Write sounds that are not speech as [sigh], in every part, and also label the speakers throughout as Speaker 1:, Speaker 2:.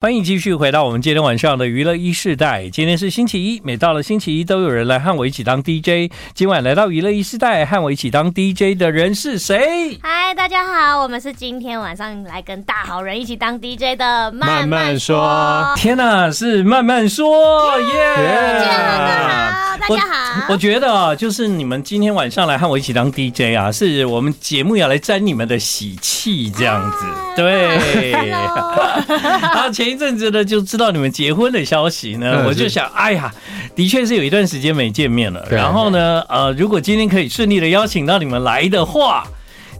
Speaker 1: 欢迎继续回到我们今天晚上的娱乐一世代。今天是星期一，每到了星期一都有人来和我一起当 DJ。今晚来到娱乐一世代和我一起当 DJ 的人是谁？
Speaker 2: 嗨，大家好，我们是今天晚上来跟大好人一起当 DJ 的慢
Speaker 3: 慢慢
Speaker 2: 说。
Speaker 3: 说
Speaker 1: 天哪、是慢慢说耶！
Speaker 2: 大家好，大
Speaker 1: 我
Speaker 2: 家好
Speaker 1: 我。觉得啊，就是你们今天晚上来和我一起当 DJ 啊，是我们节目要来沾你们的喜气这样子。对，
Speaker 2: 哦 Hello，
Speaker 1: [laughs] 啊，前一阵子呢就知道你们结婚的消息呢，
Speaker 3: 嗯
Speaker 1: 我就是想，哎呀，的确是有一段时间没见面了。
Speaker 3: 对啊
Speaker 1: 然后呢，呃，如果今天可以顺利的邀请到你们来的话，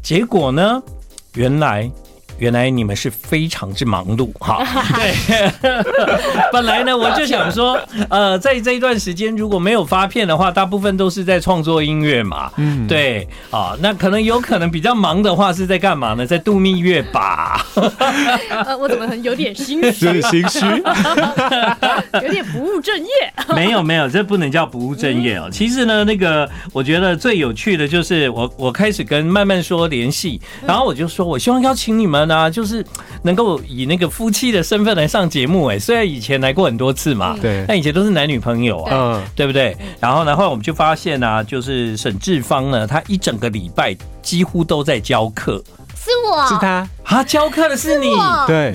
Speaker 1: 结果呢，原来。原来你们是非常之忙碌哈，对。本来呢，我就想说，呃，在这一段时间如果没有发片的话，大部分都是在创作音乐嘛，
Speaker 3: 嗯，
Speaker 1: 对啊，那可能有可能比较忙的话是在干嘛呢？在度蜜月吧。
Speaker 2: [laughs] 呃，我怎么有点心虚，
Speaker 3: 有点心虚。
Speaker 2: 有点不务正业？
Speaker 1: 没有没有，这不能叫不务正业哦。其实呢，那个我觉得最有趣的就是我我开始跟慢慢说联系，然后我就说我希望邀请你们啊，就是能够以那个夫妻的身份来上节目。哎，虽然以前来过很多次嘛，
Speaker 3: 对
Speaker 1: 但以前都是男女朋友啊。
Speaker 3: 嗯，
Speaker 1: 对不对？然后呢，后来我们就发现啊，就是沈志芳呢，她一整个礼拜几乎都在教课。
Speaker 2: 是我，
Speaker 3: 是他，
Speaker 1: 啊，教课的是你，啊，
Speaker 2: 我，
Speaker 3: 对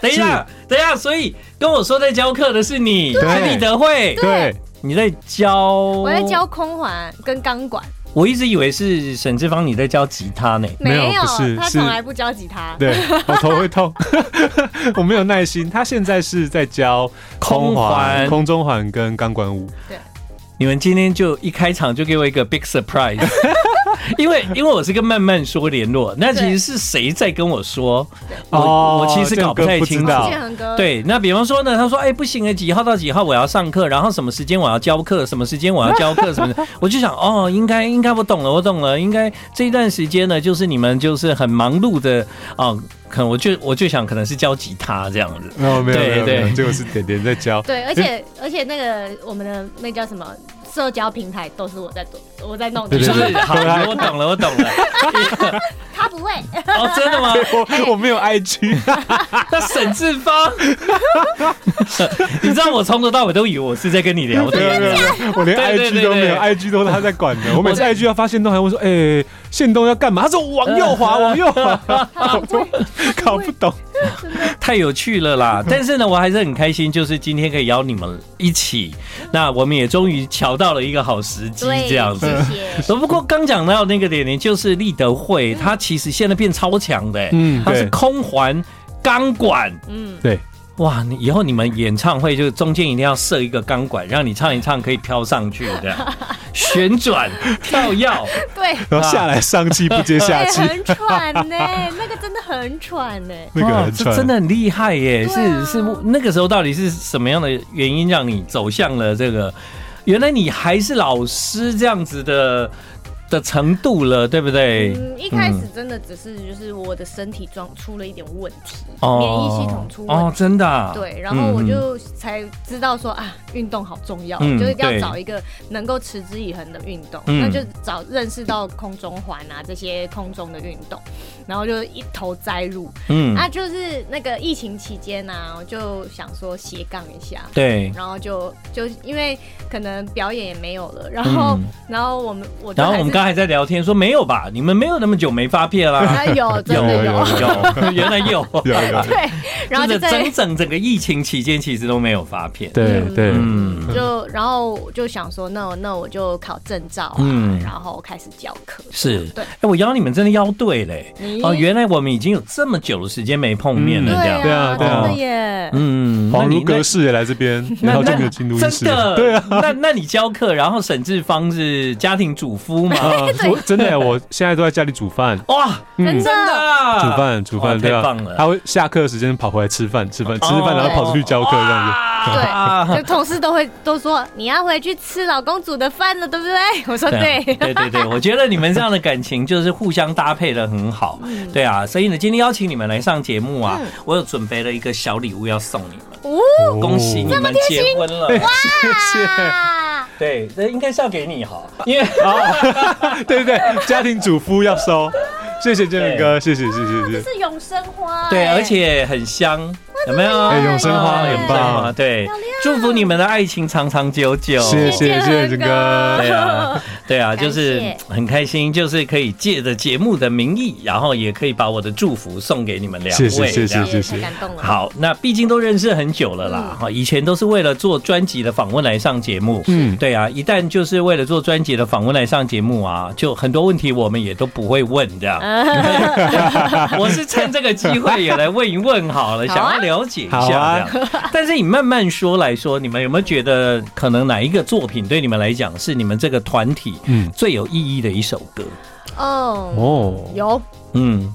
Speaker 1: 等一下，等一下，所以跟我说在教课的是你，
Speaker 3: 对
Speaker 1: 是李德惠，
Speaker 3: 对，
Speaker 1: 你在教，
Speaker 2: 我
Speaker 1: 我
Speaker 2: 在教空环跟钢管，
Speaker 1: 我一直以为是沈志芳你在教吉他呢。
Speaker 3: 没有
Speaker 2: 有
Speaker 3: 不是，
Speaker 2: 他
Speaker 3: 是
Speaker 2: 从来不教吉他。
Speaker 3: 对，我头会痛， [laughs] 我没有耐心。他现在是在教
Speaker 1: 空环
Speaker 3: 空中环跟钢管舞，
Speaker 1: 你们今天就一开场就给我一个 big surprise，因为因为我是跟慢慢说联络，那其实是谁在跟我说？我、
Speaker 3: 哦
Speaker 1: 我其实搞不太清楚
Speaker 3: 这个。好不知
Speaker 2: 建恒哥，，
Speaker 1: 对，那比方说呢，他说，哎、不行啊，几号到几号我要上课，然后什么时间我要教课，什么时间我要教课，什么 [laughs] 的，我就想，哦，应该应该我懂了，我懂了，应该这一段时间呢，就是你们就是很忙碌的，哦，可能我就我就想可能是教吉他这样子，
Speaker 3: 哦，没有没
Speaker 1: 对
Speaker 3: 有没
Speaker 1: 对
Speaker 3: 有，结果是点点在教。
Speaker 2: 对，而且而且那个我们的那叫什么社交平台都是我在做，我在弄的
Speaker 3: 对
Speaker 1: 是
Speaker 3: 对
Speaker 1: 不
Speaker 3: 对 [laughs]
Speaker 1: 是？好，我懂了，我懂了。
Speaker 2: 他不会，
Speaker 1: 哦，真的吗？
Speaker 3: [laughs] [laughs] 我我没有 IG，
Speaker 1: 那沈志
Speaker 3: [laughs]
Speaker 1: 芳，你知道我从头到尾都以为我是在跟你聊
Speaker 3: 没有
Speaker 1: 天。
Speaker 3: [laughs] 没有，没有我连
Speaker 1: 对对对
Speaker 3: IG 都没有
Speaker 1: 对
Speaker 3: ，IG 都是他在管的。我每次
Speaker 1: 我
Speaker 3: IG 要发现动，还问说，哎，线动要干嘛？他说往右滑，往右滑，
Speaker 2: 他不会，
Speaker 3: 搞不懂。
Speaker 1: 太有趣了
Speaker 3: 嗯
Speaker 1: 啦！但是呢，我还是很开心，就是今天可以邀你们一起，那我们也终于瞧到了一个好时机，
Speaker 2: 对，
Speaker 1: 这样子。
Speaker 2: 谢谢。
Speaker 1: 呃不过刚讲到那个点点，就是立德会，他其实现在变超强的、欸，
Speaker 3: 嗯，
Speaker 1: 他是
Speaker 3: 对，
Speaker 1: 空环钢管。
Speaker 3: [laughs]
Speaker 2: 嗯，
Speaker 3: 对，
Speaker 1: 哇，你以后你们演唱会就中间一定要设一个钢管，让你唱一唱可以飘上去，这
Speaker 2: [laughs]
Speaker 1: 样旋转跳跃。
Speaker 2: 对。
Speaker 3: 然后下来上气不接下
Speaker 2: 哎 [laughs]
Speaker 3: 气，
Speaker 2: 很喘
Speaker 1: [laughs]
Speaker 2: 呢、那个真的很喘呢、
Speaker 3: 那个
Speaker 1: 哇
Speaker 3: 很
Speaker 1: 这
Speaker 3: 喘
Speaker 1: 真的很厉害耶！
Speaker 2: 对啊
Speaker 1: 是是，那个时候到底是什么样的原因让你走向了这个？原来你还是老师这样子的的程度了，对不对？
Speaker 2: 嗯，一开始真的只是就是我的身体状出了一点问题，
Speaker 1: 哦
Speaker 2: 免疫系统出问
Speaker 1: 哦，
Speaker 2: 题。
Speaker 1: 真的啊、
Speaker 2: 对，然后我
Speaker 1: 嗯
Speaker 2: 就才知道说啊，运动好重要，
Speaker 1: 嗯
Speaker 2: 就是一定
Speaker 1: 对
Speaker 2: 要找一个能够持之以恒的运动。
Speaker 1: 嗯
Speaker 2: 那就找认识到空中环啊这些空中的运动，然后就一头栽入。
Speaker 1: 嗯，
Speaker 2: 啊，就是那个疫情期间啊，我就想说斜杠一下，
Speaker 1: 对。
Speaker 2: 然后就就因为可能表演也没有了，然后、
Speaker 1: 嗯
Speaker 2: 然后我们我就
Speaker 1: 然后
Speaker 2: 还
Speaker 1: 我们
Speaker 2: 是
Speaker 1: 刚才在聊天说没有吧，你们没有那么久没发片
Speaker 2: [laughs]
Speaker 1: 啦。
Speaker 2: 啊
Speaker 1: [laughs]
Speaker 2: 有真的
Speaker 3: 有
Speaker 2: 有
Speaker 3: 有
Speaker 1: 有，原来有，
Speaker 3: 有有有
Speaker 2: 对，然后
Speaker 1: 就
Speaker 2: 就
Speaker 1: 整
Speaker 2: 是在
Speaker 1: 整整个疫情期间其实都没有发片。
Speaker 3: 对
Speaker 2: 嗯
Speaker 3: 对，
Speaker 1: 嗯
Speaker 2: 就然后我就想说那我那我就考证照啊，
Speaker 1: 嗯
Speaker 2: 然后开始教课
Speaker 1: 是，
Speaker 2: 对嗯
Speaker 1: 哎、我邀你们真的邀对嘞、
Speaker 2: 你
Speaker 1: 哦，原来我们已经有这么久的时间没碰面了，
Speaker 2: 对
Speaker 1: 这样。哦
Speaker 2: 啊
Speaker 3: 对啊对
Speaker 2: 真
Speaker 3: 啊
Speaker 2: 的耶，
Speaker 1: 嗯，那
Speaker 3: 恍
Speaker 1: 你
Speaker 3: 如隔世也来这边，
Speaker 1: 那
Speaker 3: 然后就
Speaker 1: 那
Speaker 3: 没有进入
Speaker 1: 真
Speaker 3: 浴室。
Speaker 1: 的，
Speaker 3: 对啊，
Speaker 1: 啊。那那你教课，然后沈志芳是家庭主夫嘛？
Speaker 3: 啊，我真的耶，我现在都在家里煮饭，
Speaker 1: 哇，
Speaker 2: 真
Speaker 1: 真的
Speaker 2: 的
Speaker 1: 啊，
Speaker 3: 煮饭煮
Speaker 1: 哇
Speaker 3: 饭，
Speaker 1: 太
Speaker 3: 对啊
Speaker 1: 棒了，
Speaker 3: 他会下课时间跑回来吃饭，吃饭吃
Speaker 1: 哦
Speaker 3: 饭，然后跑出去教课这样子。
Speaker 1: 哇
Speaker 2: 对，就同事都会都说你要回去吃老公煮的饭了，对不对？ [laughs] 我说对，
Speaker 1: [laughs] 对啊对对，我觉得你们这样的感情就是互相搭配的很好，
Speaker 2: 嗯
Speaker 1: 对啊，所以呢，今天邀请你们来上节目啊，我有准备了一个小礼物要送你们，
Speaker 2: 哦
Speaker 3: 哦
Speaker 1: 恭喜你们结婚了，
Speaker 3: 谢
Speaker 2: 啊，
Speaker 1: 对，这应该是要给你哈，因为
Speaker 3: 谢，对对对，家庭主妇要收，谢谢建明哥，谢谢谢谢谢谢，
Speaker 2: 是永生花哎，
Speaker 1: 对，而且很香，有没有？
Speaker 3: 哎永生花
Speaker 1: 啊
Speaker 2: 很
Speaker 1: 永生
Speaker 3: 棒
Speaker 1: 花对，祝福你们的爱情长长久久。
Speaker 3: 谢谢谢谢
Speaker 1: 对
Speaker 3: 哥，
Speaker 1: 啊，
Speaker 2: [laughs]
Speaker 1: 对啊，就是
Speaker 2: 感
Speaker 1: 很开心，就是可以借着节目的名义，然后也可以把我的祝福送给你们两位。
Speaker 3: 谢谢谢
Speaker 1: 这样
Speaker 3: 谢谢
Speaker 2: 太
Speaker 3: 谢，
Speaker 2: 感动了。，
Speaker 1: 好，那毕竟都认识很久了啦，哈、以前都是为了做专辑的访问来上节目，
Speaker 3: 嗯，
Speaker 1: 对啊，一旦就是为了做专辑的访问来上节目啊，就很多问题我们也都不会问这样。 [laughs] 我是趁这个机会也来问一问好了，
Speaker 2: 好啊
Speaker 1: 想要了解一下
Speaker 3: 好
Speaker 1: 这
Speaker 3: 啊
Speaker 1: 样。但是你慢慢说来说，你们有没有觉得可能哪一个作品对你们来讲是你们这个团体
Speaker 3: 嗯
Speaker 1: 最有意义的一首歌？
Speaker 2: 哦，
Speaker 3: 哦，
Speaker 2: 有，
Speaker 1: 嗯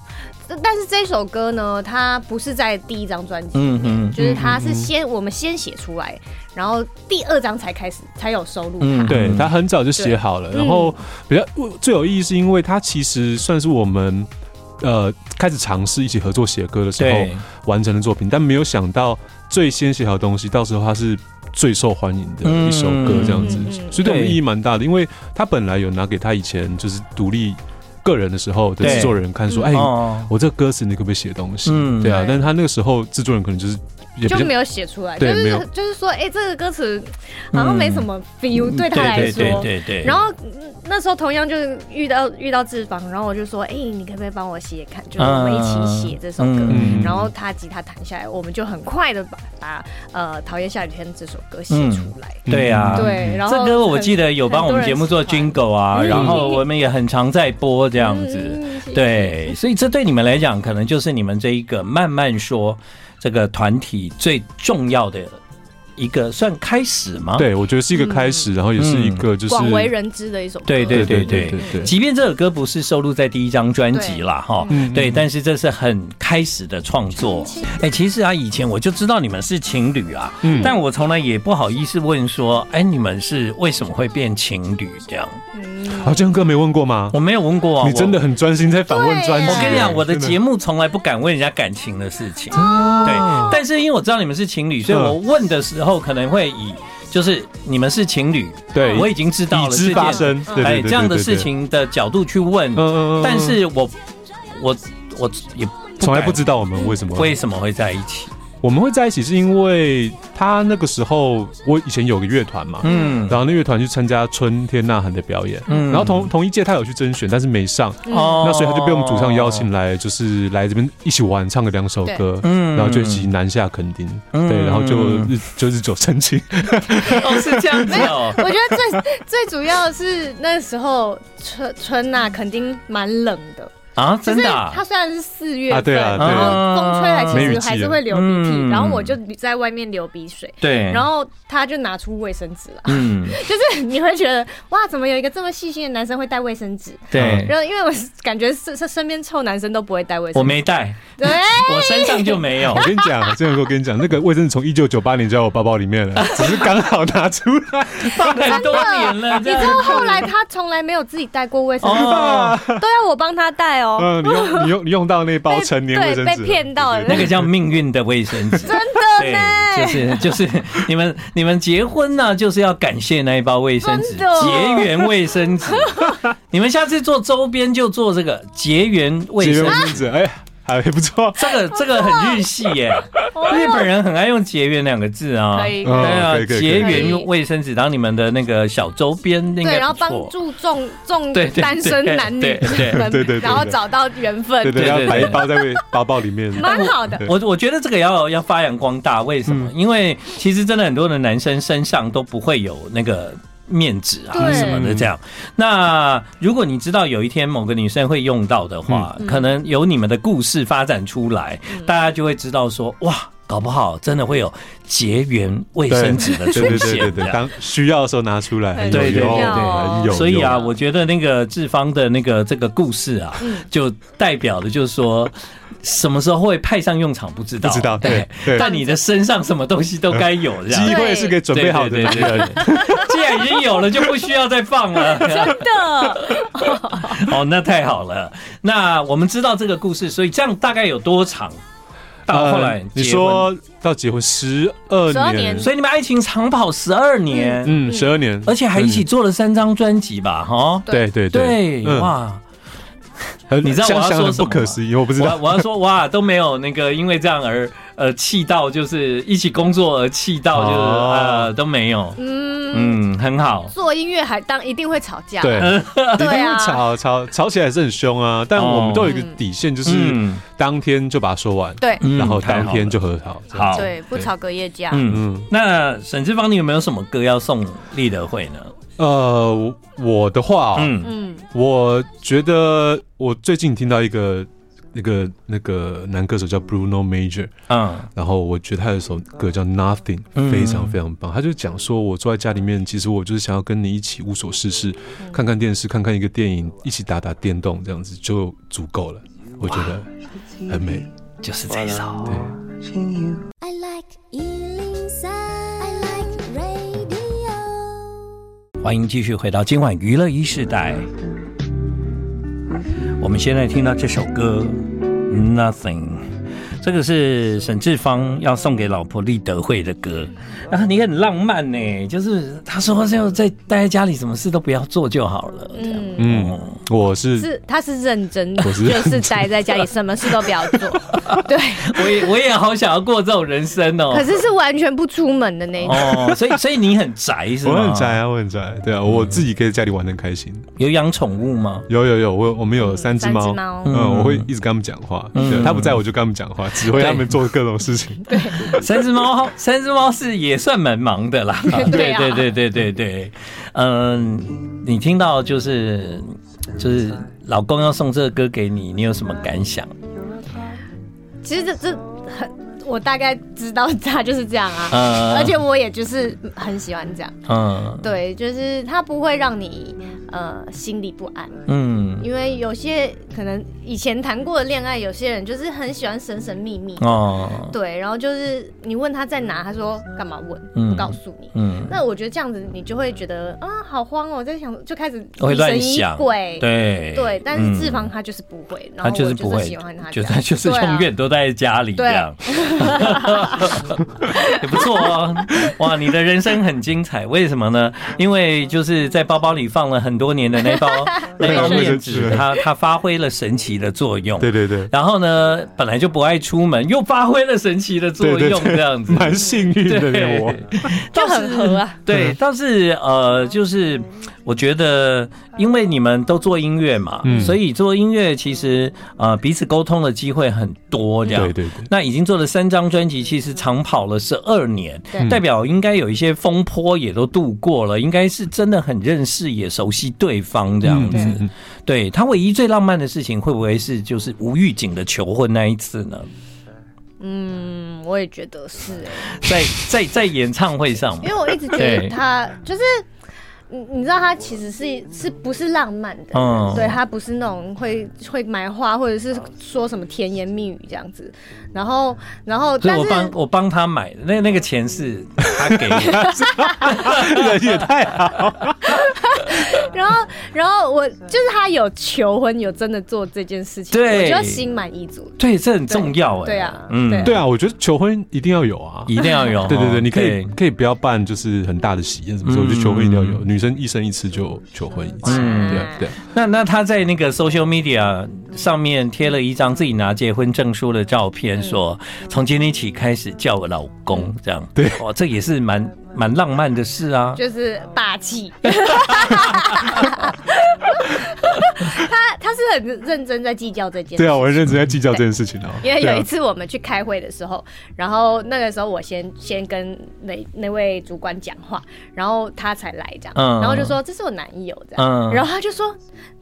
Speaker 2: 但是这首歌呢，它不是在第一张专辑，
Speaker 1: 嗯嗯
Speaker 2: 就是它是先我们先写出来，然后第二张才开始才有收录
Speaker 1: 嗯
Speaker 2: 它。
Speaker 3: 对他很早就写好了，
Speaker 2: 对
Speaker 3: 然后比较最有意义是因为他其实算是我们呃开始尝试一起合作写歌的时
Speaker 1: 对
Speaker 3: 候，完成的作品，但没有想到最先写好的东西，到时候它是最受欢迎的一首歌这样子
Speaker 2: 嗯嗯嗯嗯，
Speaker 3: 所以对我们意义蛮大的，因为他本来有拿给他以前就是独立个人的时候的
Speaker 1: 对
Speaker 3: 制作人看说，
Speaker 2: 嗯
Speaker 3: 哎，
Speaker 1: 哦，
Speaker 3: 我这个歌词你可不可以写东西
Speaker 1: 嗯？
Speaker 3: 对啊
Speaker 2: 对，
Speaker 3: 但是他那个时候制作人可能就是也嗯比
Speaker 2: 就
Speaker 3: 较
Speaker 2: 没有写出来，就
Speaker 3: 对没有
Speaker 2: 是就是说，哎、这个歌词好像没什么 feel，、对他来
Speaker 1: 嗯对
Speaker 2: 说，
Speaker 1: 对对对，
Speaker 2: 然后嗯那时候同样就是遇到遇到志芳，然后我就说，哎、你可不可以帮我写看，就是我们一起写这首歌。
Speaker 1: 嗯
Speaker 2: 然后他吉他弹下来，我们就很快的把把呃《讨厌下雨天》这首歌写出来。
Speaker 3: 嗯
Speaker 1: 对啊，
Speaker 2: 对，然后
Speaker 1: 这歌我记
Speaker 2: 得
Speaker 1: 得有帮我们节目做军狗啊，
Speaker 2: 很嗯多人喜
Speaker 1: 然
Speaker 2: 欢
Speaker 1: 后我们也很常在播这
Speaker 2: 这
Speaker 1: 样子。对，所以这对你们来讲，可能就是你们这一个慢慢说这个团体最重要的一个算开始吗？，
Speaker 3: 对，我觉得是一个开始，然后也是一个就是
Speaker 2: 广为人知的一首歌。
Speaker 1: 对对对对
Speaker 3: 对对
Speaker 1: 即便这首歌不是收录在第一张专辑啦，哈，
Speaker 3: 嗯
Speaker 1: 对，但是这是很开始的创作。哎，其实啊，以前我就知道你们是情侣啊，
Speaker 3: 嗯
Speaker 1: 但我从来也不好意思问说，哎，你们是为什么会变情侣这样？
Speaker 2: 嗯，
Speaker 3: 啊，江哥没问过吗？
Speaker 1: 我没有问过啊，
Speaker 3: 你真
Speaker 1: 我
Speaker 3: 的很专心在反问专辑。
Speaker 2: 对
Speaker 1: 我跟你讲，我的节
Speaker 3: 目
Speaker 1: 目从来不敢问人家感情的事情，对
Speaker 3: 对。
Speaker 1: 但是因为我知道你们是情侣，所以
Speaker 3: 嗯
Speaker 1: 我问的时候可能会以就是你们是情侣，
Speaker 3: 对
Speaker 1: 我已经知道
Speaker 3: 已
Speaker 1: 了这
Speaker 3: 知发
Speaker 1: 件，
Speaker 3: 生，对对对
Speaker 1: 哎，
Speaker 3: 对
Speaker 1: 这样的事，情的角度去问
Speaker 3: 对，对嗯嗯嗯
Speaker 1: 但是我我我也
Speaker 3: 从来不
Speaker 1: 敢
Speaker 3: 知道我们为什么
Speaker 1: 为
Speaker 3: 会
Speaker 1: 什么会在一起，
Speaker 3: 我们会在一起，是因为他那个时候我以前有个乐团嘛，
Speaker 1: 嗯
Speaker 3: 然后那乐团去参加春天呐喊的表演，
Speaker 1: 嗯
Speaker 3: 然后同同一届他有去甄选，但是没上，
Speaker 2: 嗯
Speaker 1: 哦
Speaker 3: 那所以他就被我们主唱邀请，来，就是来这边一起玩，唱个两首歌。
Speaker 1: 嗯
Speaker 3: 然后就一起南下垦丁，
Speaker 1: 嗯
Speaker 3: 对，然后就日就日久
Speaker 2: [laughs]
Speaker 3: 生情，
Speaker 1: 哦是这样子哦，
Speaker 2: 我觉得最最主要的是那时候春春呐、肯定蛮冷的，
Speaker 1: 啊真的
Speaker 2: 就
Speaker 1: 啊
Speaker 2: 是它虽然是四月
Speaker 3: 啊
Speaker 2: 份，
Speaker 3: 对啊对
Speaker 2: 然
Speaker 1: 啊
Speaker 2: 后风吹来，
Speaker 1: 梅
Speaker 2: 其
Speaker 3: 雨
Speaker 2: 实
Speaker 3: 季
Speaker 2: 还是
Speaker 3: 了
Speaker 2: 会流鼻涕，
Speaker 1: 嗯
Speaker 2: 然后我就在外面流鼻水，
Speaker 1: 对，
Speaker 2: 然后他就拿出卫生纸了，
Speaker 1: 嗯
Speaker 2: 就是 [laughs] 你会觉得哇，怎么有一个这么细心的男生会带卫生纸？
Speaker 3: 嗯
Speaker 1: 对，
Speaker 2: 然后因为我感觉身身身边臭男生都不会带卫生纸，
Speaker 1: 我没带，
Speaker 2: 对，
Speaker 1: [laughs] 我身上就没有
Speaker 3: [laughs] 我。跟你讲，啊真的，我跟你讲，那个卫生纸从一九九八年就在我包包里面
Speaker 2: [laughs]
Speaker 3: 了，只是刚好拿出来。
Speaker 1: 放很多年了，这
Speaker 2: 你知
Speaker 1: 样
Speaker 2: 道后来他从来没有自己带过卫生纸，
Speaker 1: 哦，
Speaker 2: 都要我帮他带哦，
Speaker 3: 嗯，你用你用你用到那包成年卫生纸了，
Speaker 2: 被骗到了
Speaker 3: 对
Speaker 1: 那
Speaker 3: 对
Speaker 1: 个叫命运的卫生纸。
Speaker 2: 真的
Speaker 1: 对
Speaker 2: 呢。，
Speaker 1: 就是就是你们你们结婚呢、就是要感谢那一包卫生纸，
Speaker 2: 真的
Speaker 1: 结缘卫生
Speaker 2: [laughs]
Speaker 1: 纸。你们下次做周边就做这个结缘
Speaker 3: 对
Speaker 1: 卫
Speaker 3: 节约
Speaker 1: 生
Speaker 3: 卫
Speaker 1: 纸，
Speaker 3: 生纸，哎，还不错。
Speaker 1: 这个这个很日系耶，
Speaker 2: 哦
Speaker 1: 日本人很爱用结缘两个字啊。
Speaker 2: 啊可以
Speaker 3: 嗯
Speaker 1: 对啊
Speaker 3: 可以，可以可以
Speaker 1: 结
Speaker 2: 可以
Speaker 1: 缘卫生纸当你们的那个小周边应
Speaker 2: 对，
Speaker 1: 该
Speaker 2: 然后
Speaker 1: 不
Speaker 2: 帮
Speaker 1: 错。
Speaker 2: 助重重
Speaker 1: 对对对
Speaker 2: 单身男女
Speaker 1: 对对对
Speaker 2: 们
Speaker 3: 对对对
Speaker 2: 然后找到缘分，
Speaker 3: 对对，
Speaker 1: 对
Speaker 3: 要
Speaker 1: 对
Speaker 3: 摆一
Speaker 1: 对
Speaker 3: 包在卫包包里面。
Speaker 2: 蛮好的。
Speaker 1: 我我觉得这个要要发扬光大，为什
Speaker 3: 嗯
Speaker 1: 么？因为其实真的很多的男生身上都不会有那个。面纸啊
Speaker 2: 对
Speaker 1: 什么的这样，那如果你知道有一天某个女生会用到的话，可能由你们的故事发展出来，大家就会知道说，哇，搞不好真的会有结缘卫
Speaker 3: 对
Speaker 1: 生纸的出
Speaker 3: 对对对对
Speaker 1: 现。这
Speaker 3: 对，
Speaker 1: 样
Speaker 3: 当需要的时候拿出来，很有
Speaker 1: 对对
Speaker 3: 用，
Speaker 1: 对
Speaker 3: 很有用。
Speaker 1: 所以啊，我觉得那个志芳的那个这个故事啊，
Speaker 3: 嗯
Speaker 1: 就代表的就是说，什么时候会派上用场不知道，
Speaker 3: 不知道对对
Speaker 1: 但你的身上什么东西都该有这
Speaker 3: 机
Speaker 1: 样。
Speaker 3: 会是给准备好的
Speaker 1: 对
Speaker 3: 男
Speaker 1: 对对
Speaker 3: 人。
Speaker 1: 既然已经有了，就不需要再放
Speaker 3: [laughs]
Speaker 1: 了。
Speaker 2: 的，
Speaker 1: 哦，那太好了。那我们知道这个故事，所以这样大概有多长？到后来结
Speaker 3: 呃
Speaker 1: 婚、
Speaker 3: 你说到结婚十二
Speaker 2: 12
Speaker 3: 年
Speaker 2: 年，
Speaker 1: 所以你们爱情长跑十二年，
Speaker 3: 嗯，十二年，
Speaker 1: 而且还一起做了三张专辑吧？哈，
Speaker 3: 12年。对对
Speaker 1: 对，
Speaker 3: 嗯
Speaker 1: 哇。
Speaker 3: 很
Speaker 1: 你知道我要
Speaker 3: 想想
Speaker 1: 说
Speaker 3: 很
Speaker 1: 什么
Speaker 3: 不
Speaker 1: 吗
Speaker 3: 可思议，我不知
Speaker 1: 我
Speaker 3: [laughs] 道。
Speaker 1: 我要说哇，都没有那个因为这样而呃气到就是一起工作而气到就是、
Speaker 3: 哦
Speaker 1: 呃都没有，
Speaker 2: 嗯，
Speaker 1: [laughs] 嗯，很好，
Speaker 2: 做音乐还当一定会吵架，
Speaker 3: 对，
Speaker 2: 对
Speaker 3: 一定
Speaker 2: 啊
Speaker 3: 会吵吵吵起来是很凶啊，但我们都有一个
Speaker 2: 嗯
Speaker 3: 底线，就是
Speaker 1: 嗯，
Speaker 3: 当天就把它说完，
Speaker 2: 对
Speaker 1: 嗯
Speaker 3: 然后当天。
Speaker 1: 太好了
Speaker 3: 就和好。这样
Speaker 1: 好
Speaker 2: 对，不吵隔夜架。
Speaker 1: 嗯，
Speaker 3: 嗯，
Speaker 1: 那沈志芳，你有没有什么歌要送立德会呢？
Speaker 3: 呃，我我的话哦，
Speaker 1: 嗯，
Speaker 2: 嗯，
Speaker 3: 我觉得我最近听到一个那个那个男歌手叫 Bruno Major，
Speaker 1: 嗯
Speaker 3: 然后我觉得他有一首歌叫 Nothing，
Speaker 1: 嗯
Speaker 3: 非常非常棒。他就讲说，我坐在家里面，其实我就是想要跟你一起无所事事，嗯看看电视，看看一个电影，一起打打电动，这样子就足够了。我觉得很美，
Speaker 1: 就是这一首。
Speaker 3: 对。
Speaker 4: I like Ealing Sound. I like radio.
Speaker 1: 欢迎继续回到今晚娱乐一世代。我们现在听到这首歌《Nothing》，这个是沈志芳要送给老婆立德惠的歌。啊，你很浪漫呢，就是他说就在待在家里，什么事都不要做就好了。这样，
Speaker 3: 嗯，我是
Speaker 2: 是他是认真，
Speaker 3: 我是
Speaker 2: 就是待在家里，什么事都不要
Speaker 1: [laughs]
Speaker 2: 做。对，
Speaker 1: 我也我也好想要过这种人生哦。
Speaker 2: 可是是完全不出门的那一种。
Speaker 1: 哦，所以所以你很宅是
Speaker 3: 我
Speaker 1: 吗？
Speaker 3: 很宅。啊，我很宅，对啊，我自己可以在家里玩的开心。
Speaker 1: 有养宠物吗？
Speaker 3: 有有有，我有我们有三只猫，
Speaker 2: 猫
Speaker 1: 嗯
Speaker 3: 嗯，我会一直跟他们讲话，对，他不在我就跟他们讲话，指挥他们做各种事
Speaker 1: [laughs]
Speaker 3: 情。
Speaker 1: 三只
Speaker 2: [laughs]
Speaker 1: 猫，三只猫是也算蛮忙的啦。
Speaker 2: 对啊
Speaker 1: 对对对对对，嗯，你听到就是就是老公要送这个歌给你，你有什么感想？
Speaker 2: 其实这这很，我大概知道他就是这样啊，
Speaker 1: 嗯
Speaker 2: 而且我也就是很喜欢这样。
Speaker 1: 嗯
Speaker 2: 对，就是他不会让你呃心里不安，
Speaker 1: 嗯
Speaker 2: 因为有些可能以前谈过的恋爱，有些人就是很喜欢神神秘秘。
Speaker 1: 哦
Speaker 2: 对，然后就是你问他在哪，他说干嘛问，
Speaker 1: 嗯
Speaker 2: 不告诉你。
Speaker 1: 嗯，
Speaker 2: 那我觉得这样子，你就会觉得啊，好慌哦，在想就开始
Speaker 1: 我会
Speaker 2: 疑
Speaker 1: 乱
Speaker 2: 神疑
Speaker 1: 想，
Speaker 2: 鬼。
Speaker 1: 对
Speaker 2: 对，但是志
Speaker 1: 嗯
Speaker 2: 芳他就是不会，然
Speaker 1: 他
Speaker 2: 后
Speaker 1: 就
Speaker 2: 我
Speaker 1: 是不会
Speaker 2: 喜欢他，
Speaker 1: 就
Speaker 2: 这样，
Speaker 1: 他就是
Speaker 2: 对啊
Speaker 1: 永远都待在家里这
Speaker 2: 对 [laughs]
Speaker 1: 样，也不错哦。哇，你的人生很精彩，为什么呢？因为就是在包包里放了很多年的那
Speaker 2: [laughs]
Speaker 1: 包那包面纸，它它发挥了神奇的作用。
Speaker 3: 对对对，
Speaker 1: 然后呢，本来就不爱出门，又发挥了神奇的作
Speaker 3: 对
Speaker 1: 用，
Speaker 3: 对对
Speaker 1: 这样
Speaker 3: [laughs]
Speaker 1: 子。
Speaker 3: 蛮幸运的我。
Speaker 2: 就很
Speaker 1: [laughs]
Speaker 2: 合啊。
Speaker 1: 对，但是呃，就是我觉得，因为你们都做音乐嘛，
Speaker 3: 嗯
Speaker 1: 所以做音乐其实呃彼此沟通的机会很多，这样。
Speaker 3: 对对对，
Speaker 1: 那已经做了三张专辑，其实长跑了十二年
Speaker 2: 对，
Speaker 1: 代表应该有一些风波也都度过了，应该是真的很认识也熟悉对方这样子。
Speaker 2: 嗯
Speaker 3: 嗯
Speaker 1: 对他唯一最浪漫的事情，会不会是就是吴玉景的求婚那一次呢？
Speaker 2: 嗯，我也觉得是、欸，
Speaker 1: 在在在演唱会上
Speaker 2: [laughs]
Speaker 1: 吗
Speaker 2: 因为我一直觉
Speaker 1: 对
Speaker 2: 得他就是，你你知道他其实是是不是浪漫的？
Speaker 1: 嗯
Speaker 2: 对他不是那种会会买花或者是说什么甜言蜜语这样子。然后，然后，
Speaker 1: 所以
Speaker 2: 但
Speaker 1: 我
Speaker 2: 是
Speaker 1: 帮我帮他买的，那那个钱是他给的，
Speaker 3: 人也太好，
Speaker 2: 然后，然后我就是他有求婚，有真的做这件事情，
Speaker 1: 对
Speaker 2: 我觉得心满意足。
Speaker 1: 对，这很重要哎。
Speaker 2: 对啊
Speaker 1: 嗯，
Speaker 2: 对
Speaker 3: 对啊，我觉得求婚一定要有啊。
Speaker 1: 一定要有。
Speaker 3: 对对对，你可
Speaker 1: [laughs]
Speaker 3: 以
Speaker 1: 对
Speaker 3: 可以不要办就是很大的喜宴什么时候，
Speaker 1: 嗯
Speaker 3: 就求婚一定要有。女生一生一次就求婚一次，
Speaker 1: 嗯
Speaker 3: 对对。
Speaker 1: 那那他在那个 social media 上面贴了一张自己拿结婚证书的照片，说从今天起开始叫我老公这样。
Speaker 3: 对
Speaker 1: 哇，这也是蛮蛮浪漫的事啊。
Speaker 2: 就是
Speaker 1: [laughs]
Speaker 2: 霸气。他他是很认真在计较这件事。
Speaker 3: 对啊，我很认真在计较这件事情啊。
Speaker 2: 因为
Speaker 3: 对啊
Speaker 2: 有一次我们去开会的时候，然后那个时候我先先跟那那位主管讲话，然后他才来这样，
Speaker 1: 嗯
Speaker 2: 然后就说这是我男友这
Speaker 1: 嗯
Speaker 2: 样，然后他就说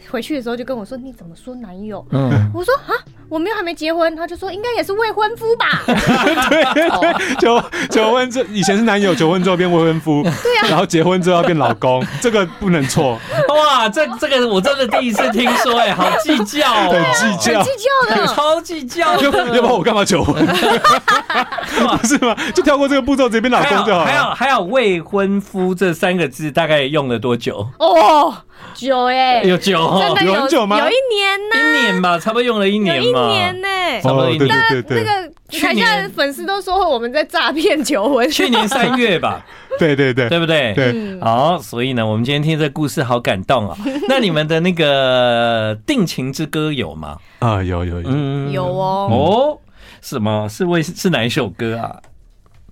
Speaker 2: 回去的时候就跟我说你怎么说男友？
Speaker 1: [laughs] 嗯，
Speaker 2: 我说啊，我们又还没结婚，他就说应该也是未婚夫
Speaker 1: [laughs]
Speaker 2: 吧。
Speaker 3: 对， [laughs] 求求婚之以前是男友，求婚之后变未婚夫，对啊，然后结婚之后要变老公，这个不能错，
Speaker 1: 哇，这这个我真的第一次听说，哎，好计较
Speaker 3: 很
Speaker 1: 哦，
Speaker 3: 计
Speaker 2: 啊 [laughs] 很
Speaker 3: 较
Speaker 2: 计。较
Speaker 1: 对
Speaker 2: 的，
Speaker 1: 超计较
Speaker 3: 要不 [laughs]
Speaker 1: 的，
Speaker 3: 要不然我干嘛求婚？ [laughs] 不是吗？就跳过这个步骤，直接变老
Speaker 1: 还
Speaker 3: 公就
Speaker 1: 有
Speaker 3: 好
Speaker 1: 还有
Speaker 3: 了。
Speaker 1: 还有未婚夫这三个字大概用了多久？
Speaker 2: 哦，久哎、
Speaker 1: 有久
Speaker 2: 真
Speaker 1: 哦，
Speaker 2: 的
Speaker 3: 有很久吗
Speaker 2: 有一年呢、
Speaker 1: 一年吧，差不多用了一
Speaker 2: 有
Speaker 1: 年
Speaker 2: 一
Speaker 1: 嘛。
Speaker 2: 年呢、
Speaker 1: 差不多一
Speaker 3: 对
Speaker 1: 年
Speaker 3: 哦对
Speaker 2: 那
Speaker 3: 对对
Speaker 2: 个
Speaker 1: 去
Speaker 2: 台下的
Speaker 1: 年
Speaker 2: 粉丝都说我们在诈骗求婚，
Speaker 1: 去年三月吧，
Speaker 3: 对对对
Speaker 1: 对不对？
Speaker 3: 对
Speaker 2: 嗯
Speaker 1: 好，所以呢，我们今天听这故事好感动哦。那你们的那个定情之歌有吗？
Speaker 3: 啊，有有有，
Speaker 1: 嗯，
Speaker 2: 有哦，
Speaker 1: 哦。什么？是为是哪一首歌啊？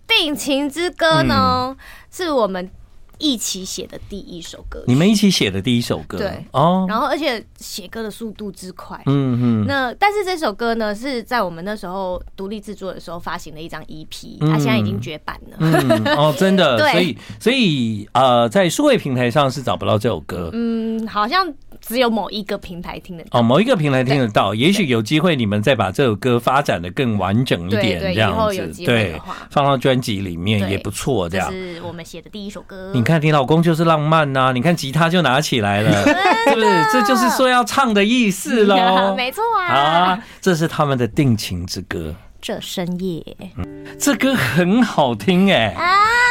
Speaker 2: 定情之歌》
Speaker 1: 嗯
Speaker 2: 呢，是我们一起写的第一首歌曲。
Speaker 1: 你们一起写的第一首歌，
Speaker 2: 对
Speaker 1: 哦，
Speaker 2: 然后而且写歌的速度之快。
Speaker 1: 嗯嗯，
Speaker 2: 那但是这首歌呢，是在我们那时候独立制作的时候发行的一张 EP，它、
Speaker 1: 嗯
Speaker 2: 啊、现在已经绝版了。
Speaker 1: 嗯哦，真的，
Speaker 2: [laughs] 对
Speaker 1: 所以所以呃，在数位平台上是找不到这首歌，
Speaker 2: 嗯，好像只有某一个平台听得到。
Speaker 1: 哦，某一个平台听得到，也许有机会你们再把这首歌发展的更完整一点，
Speaker 2: 对对
Speaker 1: 这样
Speaker 2: 以后
Speaker 1: 子，
Speaker 2: 有机会的
Speaker 1: 对
Speaker 2: 话，
Speaker 1: 放到专辑里面
Speaker 2: 对
Speaker 1: 也不错，哦这
Speaker 2: 这
Speaker 1: 样。
Speaker 2: 是我们写的第一首歌。
Speaker 1: 你看，你老公就是浪漫呐、你看吉他就拿起来
Speaker 2: [laughs]
Speaker 1: 了，是不是？这就是说要唱的意思喽。
Speaker 2: [laughs] 没错啊。
Speaker 1: 啊，这是他们的定情之歌，
Speaker 2: 这深夜
Speaker 1: 这歌很好听哎、
Speaker 2: 啊，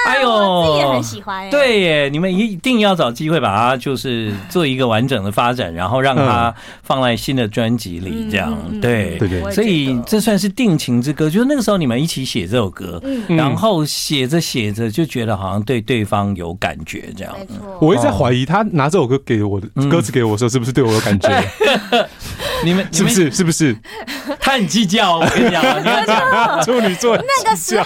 Speaker 1: 哎呦，
Speaker 2: 我自己也很喜欢、欸。，
Speaker 1: 对耶，你们一定要找机会把它就是做一个完整的发展，然后让它放在新的专辑里，这样、对。
Speaker 3: 对对
Speaker 2: 嗯我也
Speaker 1: 所以
Speaker 2: 觉得
Speaker 1: 这算是定情之歌，就是那个时候你们一起写这首歌，
Speaker 2: 嗯
Speaker 1: 然后写着写着就觉得好像对对方有感觉这样
Speaker 2: 没。错。
Speaker 3: 我一直在怀疑他拿这首歌给我的歌词给我的时候，是嗯不是对我有感觉？
Speaker 1: 你们
Speaker 3: 是不？
Speaker 1: 你们
Speaker 3: 是？是不是？啊
Speaker 1: 他很计较，我跟你讲，你要讲，
Speaker 3: 处女座
Speaker 2: 那个时候，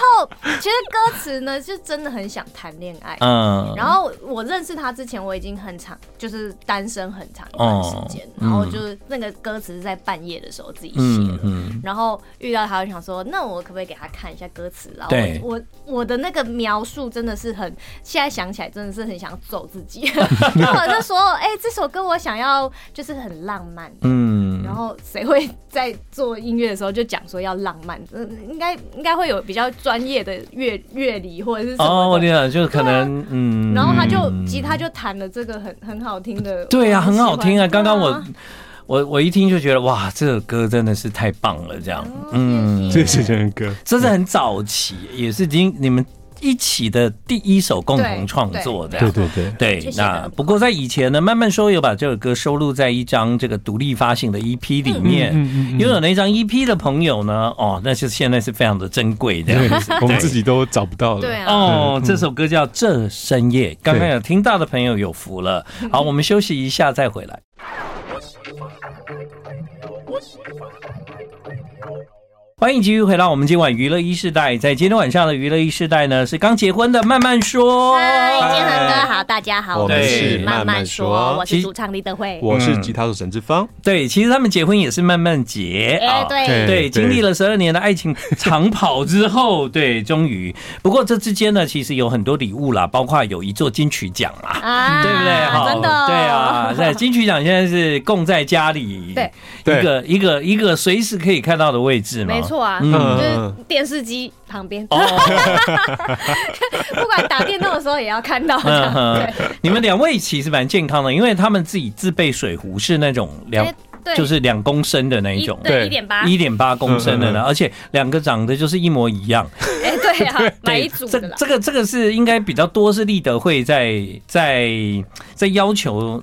Speaker 2: 其实歌词呢，就真的很想谈恋爱。
Speaker 1: [laughs] 嗯，
Speaker 2: 然后我认识他之前，我已经很长，就是单身很长一段时间
Speaker 1: 哦。
Speaker 2: 然后就是那个歌词是在半夜的时候自己写
Speaker 1: 嗯
Speaker 2: 的。
Speaker 1: 嗯，
Speaker 2: 然后遇到他，我就想说，那我可不可以给他看一下歌词？然后
Speaker 1: 对
Speaker 2: 我我我的那个描述真的是很，现在想起来真的是很想揍自己。
Speaker 1: [laughs]
Speaker 2: 那我就说，哎、这首歌我想要就是很浪漫。
Speaker 1: 嗯
Speaker 2: 然后谁会在做音乐的时候就讲说要浪漫？嗯，应该应该会有比较专业的乐乐理或者是什
Speaker 1: 哦，我
Speaker 2: 么
Speaker 1: 跟
Speaker 2: 的。
Speaker 1: 你讲，就是可能，嗯，
Speaker 2: 然后他就
Speaker 1: 嗯
Speaker 2: 吉他就弹了这个很很好听的，
Speaker 1: 对啊，
Speaker 2: 我喜
Speaker 1: 很
Speaker 2: 欢
Speaker 1: 好听啊！刚刚我
Speaker 2: 啊
Speaker 1: 我我一听就觉得哇，这首歌真的是太棒了，这样，
Speaker 2: 嗯
Speaker 1: 嗯，
Speaker 3: 这是这人歌，
Speaker 1: 这是很早期，也是经你们一起的第一首共同
Speaker 2: 对
Speaker 1: 创作这
Speaker 3: 对
Speaker 1: 样。
Speaker 3: 对对，
Speaker 1: 对
Speaker 2: 就，写得很
Speaker 1: 那
Speaker 2: 好
Speaker 1: 不过在以前呢，慢慢说有把这首歌收录在一张这个独立发行的 EP 里面。
Speaker 3: 嗯
Speaker 1: 拥有那张 EP 的朋友呢，哦，那是现在是非常的珍贵的。
Speaker 3: 对，我们自己都找不到了。
Speaker 2: 对啊，
Speaker 1: 哦
Speaker 3: 嗯，
Speaker 1: 这首歌叫《这深夜》，刚刚有听到的朋友有福了。好，我们休息一下再回来。欢迎继续回到我们今晚娱乐一世代，在今天晚上的娱乐一世代呢，是刚结婚的慢慢说，
Speaker 2: 嗨，建恒哥好，大家好，
Speaker 3: 我
Speaker 1: 们
Speaker 2: 是
Speaker 1: 是
Speaker 2: 慢
Speaker 3: 慢
Speaker 2: 慢
Speaker 3: 慢
Speaker 2: 说，
Speaker 3: 说
Speaker 2: 我是主唱李德惠。
Speaker 3: 我是吉他手沈志芳，
Speaker 1: 对，其实他们结婚也是慢慢结
Speaker 2: 哎，
Speaker 1: 啊。
Speaker 2: 对
Speaker 3: 哦对
Speaker 1: 对，经历了十二年的爱情长跑之后，对，终于。不过这之间呢，其实有很多礼物啦，包括有一座金曲奖啦。
Speaker 2: 啊，
Speaker 1: 对不对？好，
Speaker 2: 真的，
Speaker 1: 对啊，在金曲奖现在是供在家里，
Speaker 2: 对，
Speaker 1: 一个一个一个随时可以看到的位置嘛，
Speaker 2: 没。错啊，
Speaker 1: 嗯哦
Speaker 2: 就是电视机旁边， [laughs] 不管打电动的时候也要看到这
Speaker 1: 嗯
Speaker 2: 样。
Speaker 1: 哼，你们两位其实蛮健康的，因为他们自己自备水壶是那种两
Speaker 2: 哎，
Speaker 1: 嗯
Speaker 2: 对，
Speaker 1: 就是两公升的那一
Speaker 2: 一
Speaker 1: 种，
Speaker 2: 对
Speaker 3: 对
Speaker 2: 一点八，
Speaker 1: 一点八公升的呢，
Speaker 3: 嗯嗯
Speaker 1: 而且两个长得就是一模一样。
Speaker 2: 哎，
Speaker 1: [laughs]
Speaker 2: 对啊，买一组
Speaker 1: 这
Speaker 2: 的啦。
Speaker 1: 这个这个是应该比较多是立德会在在在要求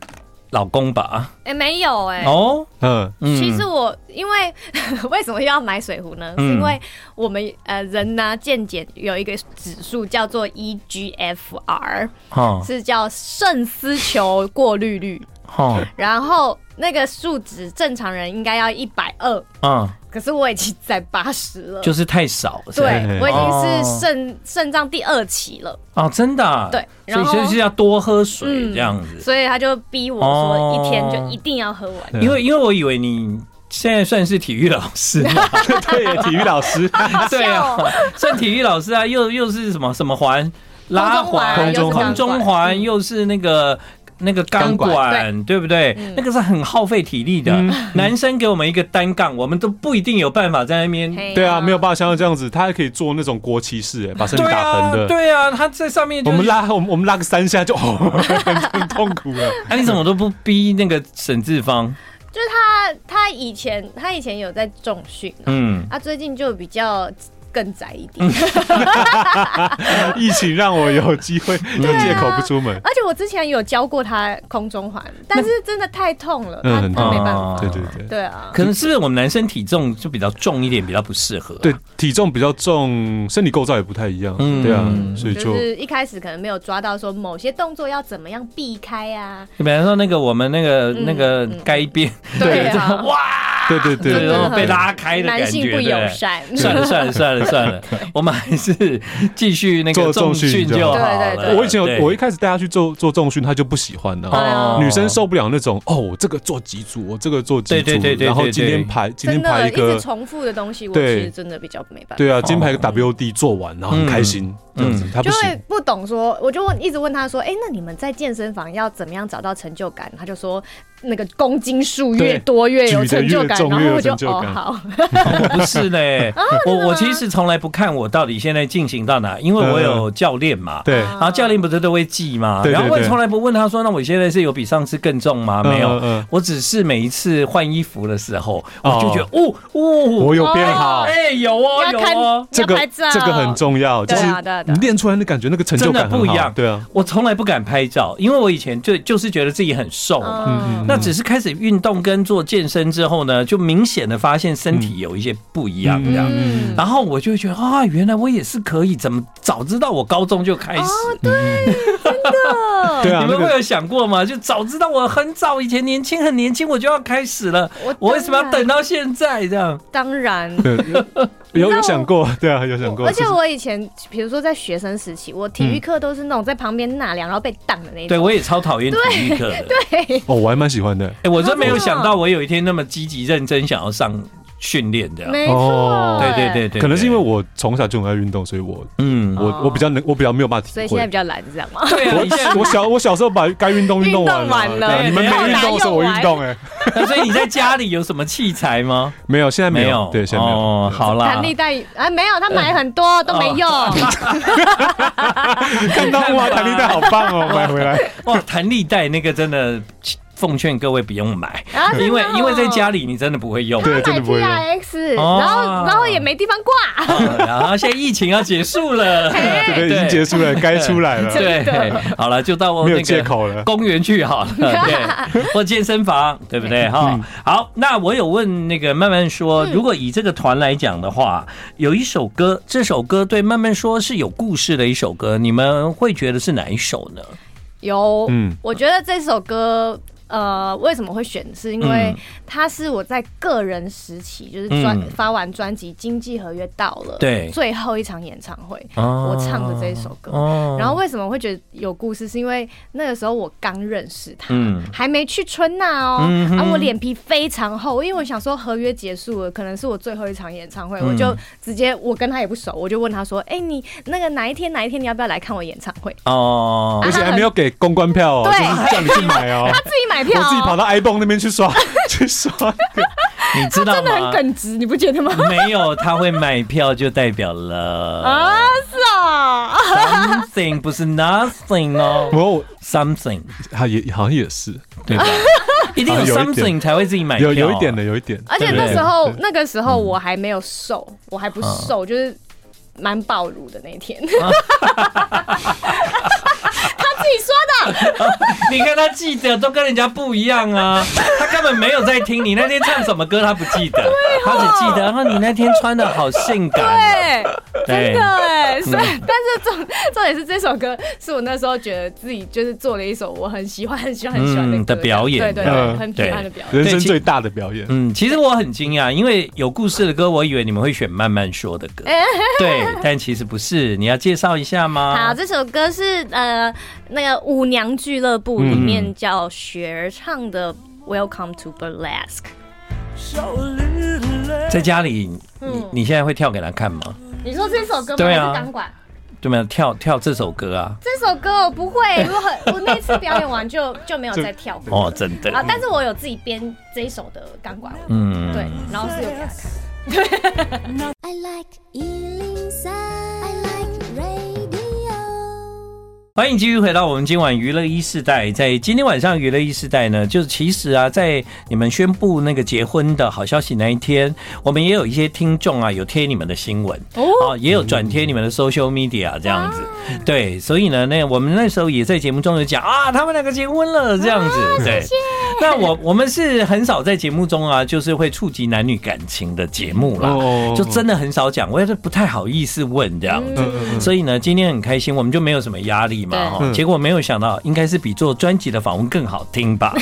Speaker 1: 老公吧？
Speaker 2: 哎，没有哎。
Speaker 1: 哦，
Speaker 3: 嗯，
Speaker 1: 嗯
Speaker 2: 其实我因为 [laughs] 为什么要买水壶呢？是
Speaker 1: 嗯
Speaker 2: 因为我们呃人呢健检有一个指数叫做 E EGFR，
Speaker 1: 哈
Speaker 2: 是叫肾丝球过滤率，
Speaker 1: 哈
Speaker 2: 然后那个数值正常人应该要一百二，
Speaker 1: 嗯，
Speaker 2: 可是我已经在八十了。
Speaker 1: 就是太少，是吧
Speaker 2: 对，我已经
Speaker 1: 哦
Speaker 2: 是肾肾脏第二期了，
Speaker 1: 哦，真的、啊，
Speaker 2: 对
Speaker 1: 所
Speaker 2: 然
Speaker 1: 以
Speaker 2: 后嗯
Speaker 1: 就是要多喝水哎这样子，
Speaker 2: 所以他就逼我
Speaker 1: 哦
Speaker 2: 说一天就一定要喝完。
Speaker 1: 因为因为我以为你现在算是体育
Speaker 2: [laughs]
Speaker 1: 老 [laughs] 师嘛，
Speaker 3: 对体育老师，
Speaker 1: 对啊
Speaker 2: 好笑哦，
Speaker 1: 算体育老师啊，又又是什么什么环，拉环、
Speaker 2: 空
Speaker 3: 中环
Speaker 1: 空中
Speaker 2: 嗯
Speaker 1: 环，又是那个。那个钢
Speaker 3: 钢
Speaker 1: 管嗯对不对？
Speaker 2: 嗯
Speaker 1: 那个是很耗费体力的。男生给我们一个单杠，我们都不一定有办法在那边
Speaker 2: 嘿
Speaker 3: [laughs] 对啊，没有办法像这样子，他还可以做那种国旗式，哎把身体
Speaker 1: 对
Speaker 3: 打
Speaker 1: 啊
Speaker 3: 横的。
Speaker 1: 对啊，他在上面就
Speaker 3: 我
Speaker 1: 是
Speaker 3: 们拉我们我 [laughs] 们拉个三下就哦，很痛苦了。
Speaker 1: 啊，你怎么都不逼那个沈志芳？
Speaker 2: 就是他，他以前他以前有在重训啊，
Speaker 1: 嗯
Speaker 2: 他最近就比较更宅一点。
Speaker 3: 嗯疫情让我有机
Speaker 1: [laughs]
Speaker 3: 会有
Speaker 1: 啊
Speaker 3: 借口不出门。
Speaker 2: 而且我之前有教过他空中环，但是真的太痛了，他
Speaker 3: 嗯
Speaker 2: 他没办法。
Speaker 1: 啊
Speaker 3: 对对对。
Speaker 2: 对啊，
Speaker 1: 可能是不是我们男生体重就比较重一点，比较不适合、啊
Speaker 3: 对，体重比较重，身体构造也不太一样，
Speaker 1: 嗯
Speaker 3: 对啊，所以就
Speaker 2: 就是一开始可能没有抓到说某些动作要怎么样避开啊。
Speaker 1: 比方说那个我们那个、
Speaker 2: 嗯
Speaker 1: 那个该边， [laughs]
Speaker 2: 对
Speaker 1: 这
Speaker 2: 啊
Speaker 1: 样，哇，
Speaker 3: 对 [laughs] 对
Speaker 1: 对，
Speaker 2: 真
Speaker 1: 然
Speaker 2: 的
Speaker 1: 后
Speaker 2: 很
Speaker 1: 被拉开的感觉，
Speaker 2: 男性不
Speaker 1: 对
Speaker 2: 友
Speaker 1: 对
Speaker 2: 善。
Speaker 1: [laughs] 算了算了算了
Speaker 2: [laughs]
Speaker 1: 算了，我们还是继续那个
Speaker 3: 做重训
Speaker 1: 训
Speaker 3: 就
Speaker 1: 就好
Speaker 3: 好
Speaker 1: 了。
Speaker 2: 对对对
Speaker 3: 我以前
Speaker 1: 对
Speaker 3: 有，我一开始带他去做做重训，他就不喜欢了。
Speaker 2: 啊
Speaker 1: 哦
Speaker 3: 女生受不了那种哦，我这个做几组，我这个做几
Speaker 1: 对对对对
Speaker 3: 组，
Speaker 1: 对
Speaker 3: 然后今
Speaker 1: 对
Speaker 3: 天排今天
Speaker 2: 真
Speaker 3: 排
Speaker 2: 的
Speaker 3: 一
Speaker 2: 一直
Speaker 3: 个，
Speaker 2: 重复的东西，我
Speaker 3: 对
Speaker 2: 其实真的比较没办法。
Speaker 3: 对啊，今天排一个 WD 做完，然后很开心，
Speaker 1: 哦嗯
Speaker 3: 这样子他不
Speaker 2: 就会
Speaker 3: 行。
Speaker 2: 不懂说，我就问，一直问他说，哎、那你们在健身房要怎么样找到成就感？他就说，那个公斤数越
Speaker 3: 对
Speaker 2: 多越有
Speaker 3: 举得
Speaker 2: 成
Speaker 3: 越
Speaker 2: 就感，
Speaker 3: 重
Speaker 2: 然
Speaker 3: 越
Speaker 2: 后
Speaker 3: 有
Speaker 2: 我就
Speaker 3: 成就
Speaker 2: 哦
Speaker 3: 感
Speaker 1: 我
Speaker 2: 好，
Speaker 1: 哦 [laughs] 不是嘞，
Speaker 2: 啊
Speaker 1: 我我其实从来不看我到底现在进行到哪，因为我有教练嘛。
Speaker 3: 嗯对，
Speaker 1: 然后教练不是都会记嘛，
Speaker 3: 对对
Speaker 1: 然后我也
Speaker 3: 对
Speaker 1: 从来不问他说，那我现在是有比上次更重吗？没
Speaker 3: 嗯嗯
Speaker 1: 有
Speaker 3: 嗯，
Speaker 1: 我只是每一次换衣服的时候，我
Speaker 3: 哦
Speaker 1: 就觉得，哦
Speaker 3: 嗯我
Speaker 1: 哦，
Speaker 3: 有变好，
Speaker 1: 哎，有哦有
Speaker 2: 啊要看
Speaker 1: 哦，
Speaker 3: 这个
Speaker 2: 要拍照
Speaker 3: 这个很重要，就
Speaker 2: 对
Speaker 3: 是
Speaker 2: 啊对啊对
Speaker 3: 你
Speaker 2: 啊
Speaker 3: 练出来的感觉，那个成就
Speaker 1: 真的
Speaker 3: 感很
Speaker 1: 不一
Speaker 3: 好
Speaker 1: 样
Speaker 3: 对啊，
Speaker 1: 我从来不敢拍照，因为我以前就就是觉得自己很瘦嘛，
Speaker 2: 嗯
Speaker 1: 那只是开始运动跟做健身之后呢，就明显的发现身体有一些不一样这样。
Speaker 2: 嗯
Speaker 1: 然后我就会觉得啊，原来我也是可以，怎么早知道我高中就开始？
Speaker 2: 哦
Speaker 3: 嗯 [laughs] 对啊，
Speaker 1: 你
Speaker 3: 那
Speaker 1: 们会
Speaker 3: 个
Speaker 1: 有想过吗？就早知道我很早以前年轻很年轻我就要开始了，
Speaker 2: 我
Speaker 1: 我为什么要等到现在这样？
Speaker 2: 当然。
Speaker 3: 对有有想过，对啊，有想过，
Speaker 2: 而且
Speaker 3: 就是
Speaker 2: 我以前，比如说在学生时期，我体育课都是那种在旁边纳凉，然后被挡的那
Speaker 1: 对
Speaker 2: 种。
Speaker 1: 我也超讨厌体育课的。
Speaker 2: [laughs] 对，
Speaker 3: 哦，我还蛮喜欢的，
Speaker 1: 哎，我真没有想到我有一天那么积极认真想要上训练这样。
Speaker 2: 没错
Speaker 3: 哦。
Speaker 1: 对对对对，
Speaker 3: 可能是因为我从小就很爱运动，所以我
Speaker 1: 嗯，
Speaker 3: 我我比较能，我比较没有办法
Speaker 2: 哦所
Speaker 3: 体
Speaker 2: 以现在
Speaker 3: 会
Speaker 2: 比。较懒，是这样吗？
Speaker 1: 对啊，你现在
Speaker 3: 我小我小时候把该运动运动完
Speaker 2: 运动完了
Speaker 3: 对啊你们没运动的时候我运动哎，
Speaker 1: 那所以你在家里有什么器材吗？
Speaker 3: 没有，现在 [laughs] 没有，对，现在没
Speaker 1: 哦
Speaker 3: 有，，
Speaker 1: 好啦
Speaker 2: [laughs] 弹，力带啊，没有，他买很多都
Speaker 1: 哦
Speaker 2: 没
Speaker 1: [laughs]
Speaker 2: 用。
Speaker 3: 看到
Speaker 2: [laughs]
Speaker 3: 哇，弹力带好棒哦，买回来，
Speaker 1: 哇，弹力带那个真的奉劝各位不用买，
Speaker 2: 啊真的
Speaker 1: 因为
Speaker 2: 哦
Speaker 1: 因为在家里你真的不会用。 [laughs]
Speaker 3: 对
Speaker 2: 他
Speaker 3: [laughs] 真
Speaker 2: 买
Speaker 3: 的不会用
Speaker 2: TRX，
Speaker 1: 哦
Speaker 2: 然后然后也没地方挂。
Speaker 1: 啊然后现在疫情要结束
Speaker 2: [laughs]
Speaker 1: 了，
Speaker 3: 对对，已经结束了，该出来了，
Speaker 1: 对，好了，就到我
Speaker 3: 没有
Speaker 1: 哦那
Speaker 3: 借
Speaker 1: 个
Speaker 3: 口
Speaker 1: [laughs]
Speaker 3: 了。
Speaker 1: 公园去好了，对，或健身房，对不 [laughs] 对？哈，好，那我有问那个慢慢说，如果以这个团来讲的话，有一首歌，这首歌对慢慢说是有故事的一首歌，你们会觉得是哪一首呢？
Speaker 2: 有，
Speaker 3: 嗯
Speaker 2: 我觉得这首歌。呃，为什么会选？是因为
Speaker 1: 嗯
Speaker 2: 它是我在个人时期，就是专、
Speaker 1: 嗯
Speaker 2: 发完专辑《经济合约》到了，
Speaker 1: 对
Speaker 2: 最后一场演唱会，
Speaker 1: 哦
Speaker 2: 我唱的这一首歌。
Speaker 1: 哦
Speaker 2: 然后为什么会觉得有故事？是因为那个时候我刚认识他，
Speaker 1: 嗯
Speaker 2: 还没去春娜哦，
Speaker 1: 嗯哼
Speaker 2: 啊，我脸皮非常厚，因为我想说合约结束了，可能是我最后一场演唱会，我就直接我跟他也不熟，我就问他说：“哎、你那个哪一天哪一天你要不要来看我演唱会？”
Speaker 1: 哦
Speaker 3: 而且还没有给公关票哦，就
Speaker 2: 对
Speaker 3: 是叫你去买哦，
Speaker 2: 他自己买票、
Speaker 3: 我
Speaker 2: 哦，
Speaker 3: 自己跑到 iPhone 那边
Speaker 2: [laughs]
Speaker 3: 去刷去刷。
Speaker 1: 你知道吗？
Speaker 2: 真的很耿直，你不觉得吗？
Speaker 1: 没有，他会买票就代表
Speaker 2: [laughs]
Speaker 1: 了
Speaker 2: 啊，是啊，
Speaker 1: something，不是 nothing 哦
Speaker 3: 我
Speaker 1: ，something
Speaker 3: 他也好像也是
Speaker 1: [laughs] 对吧？ [laughs] 一定有
Speaker 3: 好像有一点
Speaker 1: something 才会自己买票
Speaker 3: 有
Speaker 1: 啊，
Speaker 3: 有一点的，有一点。
Speaker 2: 而且
Speaker 1: 对
Speaker 2: 那
Speaker 1: 对
Speaker 2: 时候
Speaker 3: 对
Speaker 2: 那个时候我还没有瘦，我还不瘦，就是蛮暴乳的那一天。他自己说的，
Speaker 1: [laughs] 你看他记得都跟人家不一样啊，他根本没有在听你那天唱什么歌，他不记得，
Speaker 2: 哦
Speaker 1: 他只记得然后你那天穿的好性感，啊
Speaker 2: 对，真的哎，所以
Speaker 1: 嗯
Speaker 2: 但是重重点是这首歌是我那时候觉得自己就是做了一首我很喜欢、很喜欢、很喜欢的
Speaker 1: 嗯
Speaker 2: 歌
Speaker 1: 的表演
Speaker 2: 对对对，
Speaker 3: 嗯
Speaker 2: 很喜欢的表演。
Speaker 3: 人生最大的表演，
Speaker 1: 嗯，其实我很惊讶，因为有故事的歌，我以为你们会选慢慢说
Speaker 2: [laughs]
Speaker 1: 的歌，对，但其实不是，你要介绍一下
Speaker 2: 好，
Speaker 1: 吗？
Speaker 2: 这首歌是呃那个舞娘俱乐部里面
Speaker 1: 嗯
Speaker 2: 叫雪儿唱的《Welcome to Burlesque》。
Speaker 1: 在家里，
Speaker 2: 嗯
Speaker 1: 你你现在会跳给他看吗？
Speaker 2: 你说这首歌吗？
Speaker 1: 对啊
Speaker 2: 还是钢管。
Speaker 1: 对没有跳跳这首歌啊？
Speaker 2: 这首歌我不会，我很我那次表演完就就没有再跳过。
Speaker 1: 哦，真的
Speaker 2: 啊，但是我有自己编这一首的钢管舞，
Speaker 1: 嗯，
Speaker 2: 对，然后是有给他看。
Speaker 4: I like Ealing Sound. I like radio.
Speaker 1: 欢迎继续回到我们今晚娱乐一世代。在今天晚上娱乐一世代呢，就是其实啊，在你们宣布那个结婚的好消息那一天，我们也有一些听众啊，有贴你们的新闻
Speaker 5: 哦
Speaker 1: 啊，也有转贴你们的 social media 这样子。对，所以呢，那我们那时候也在节目中有讲啊，他们两个结婚了这样子。对，那我我们是很少在节目中啊，就是会触及男女感情的节目啦，
Speaker 3: 哦
Speaker 1: 就真的很少讲，我也是不太好意思问这样子。
Speaker 2: 嗯
Speaker 1: 所以呢，今天很开心，我们就没有什么压力嘛，
Speaker 3: 对
Speaker 1: 哈。结果没有想到，应该是比做专辑的访问更好听
Speaker 3: [laughs]
Speaker 1: 吧？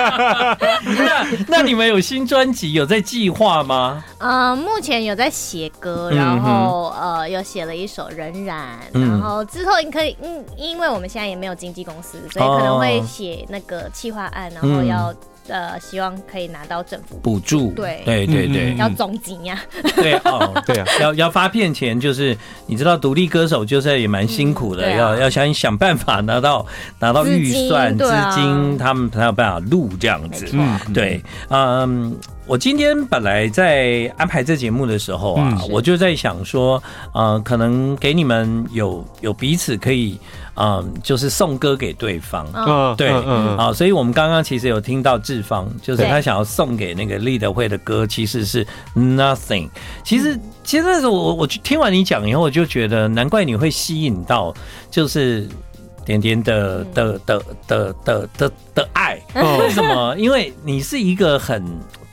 Speaker 1: 那那你们有新专辑有在计划吗？
Speaker 2: 呃，目前有在写歌，
Speaker 1: 嗯
Speaker 2: 然后、呃，有写了一首《仍然》，
Speaker 1: 嗯
Speaker 2: 然后之后你可以，嗯，因为我们现在也没有经纪公司，所以可能会写那个企划案，然后
Speaker 1: 嗯
Speaker 2: 要、呃，希望可以拿到政府
Speaker 1: 补助？
Speaker 2: 对
Speaker 1: 对对
Speaker 3: 嗯
Speaker 1: 对
Speaker 2: 要总啊金呀，
Speaker 1: 对哦。
Speaker 3: 对啊，
Speaker 1: 要要发片前，就是你知道，独立歌手就是也蛮辛苦的，
Speaker 2: 嗯对啊
Speaker 1: 要要想想办法拿到拿到预算、
Speaker 2: 资金对啊
Speaker 1: 资金，他们才有办法录这样子。
Speaker 3: 嗯，
Speaker 1: 对，嗯，我今天本来在安排这节目的时候啊，
Speaker 3: 嗯
Speaker 1: 我就在想说，呃，可能给你们有有彼此可以，嗯、就是送歌给对方。
Speaker 2: 嗯
Speaker 3: 嗯，
Speaker 1: 对，
Speaker 3: 嗯嗯嗯
Speaker 1: 啊，所以我们刚刚其实有听到志芳，就是
Speaker 2: 对
Speaker 1: 他想要送给那个立德会的歌，其实是 Nothing。其
Speaker 2: 嗯
Speaker 1: 实，其实那时候我我去听完你讲以后，我就觉得，难怪你会吸引到，就是点点的的的的的的的爱。
Speaker 3: 嗯
Speaker 1: 为什么？因为你是一个很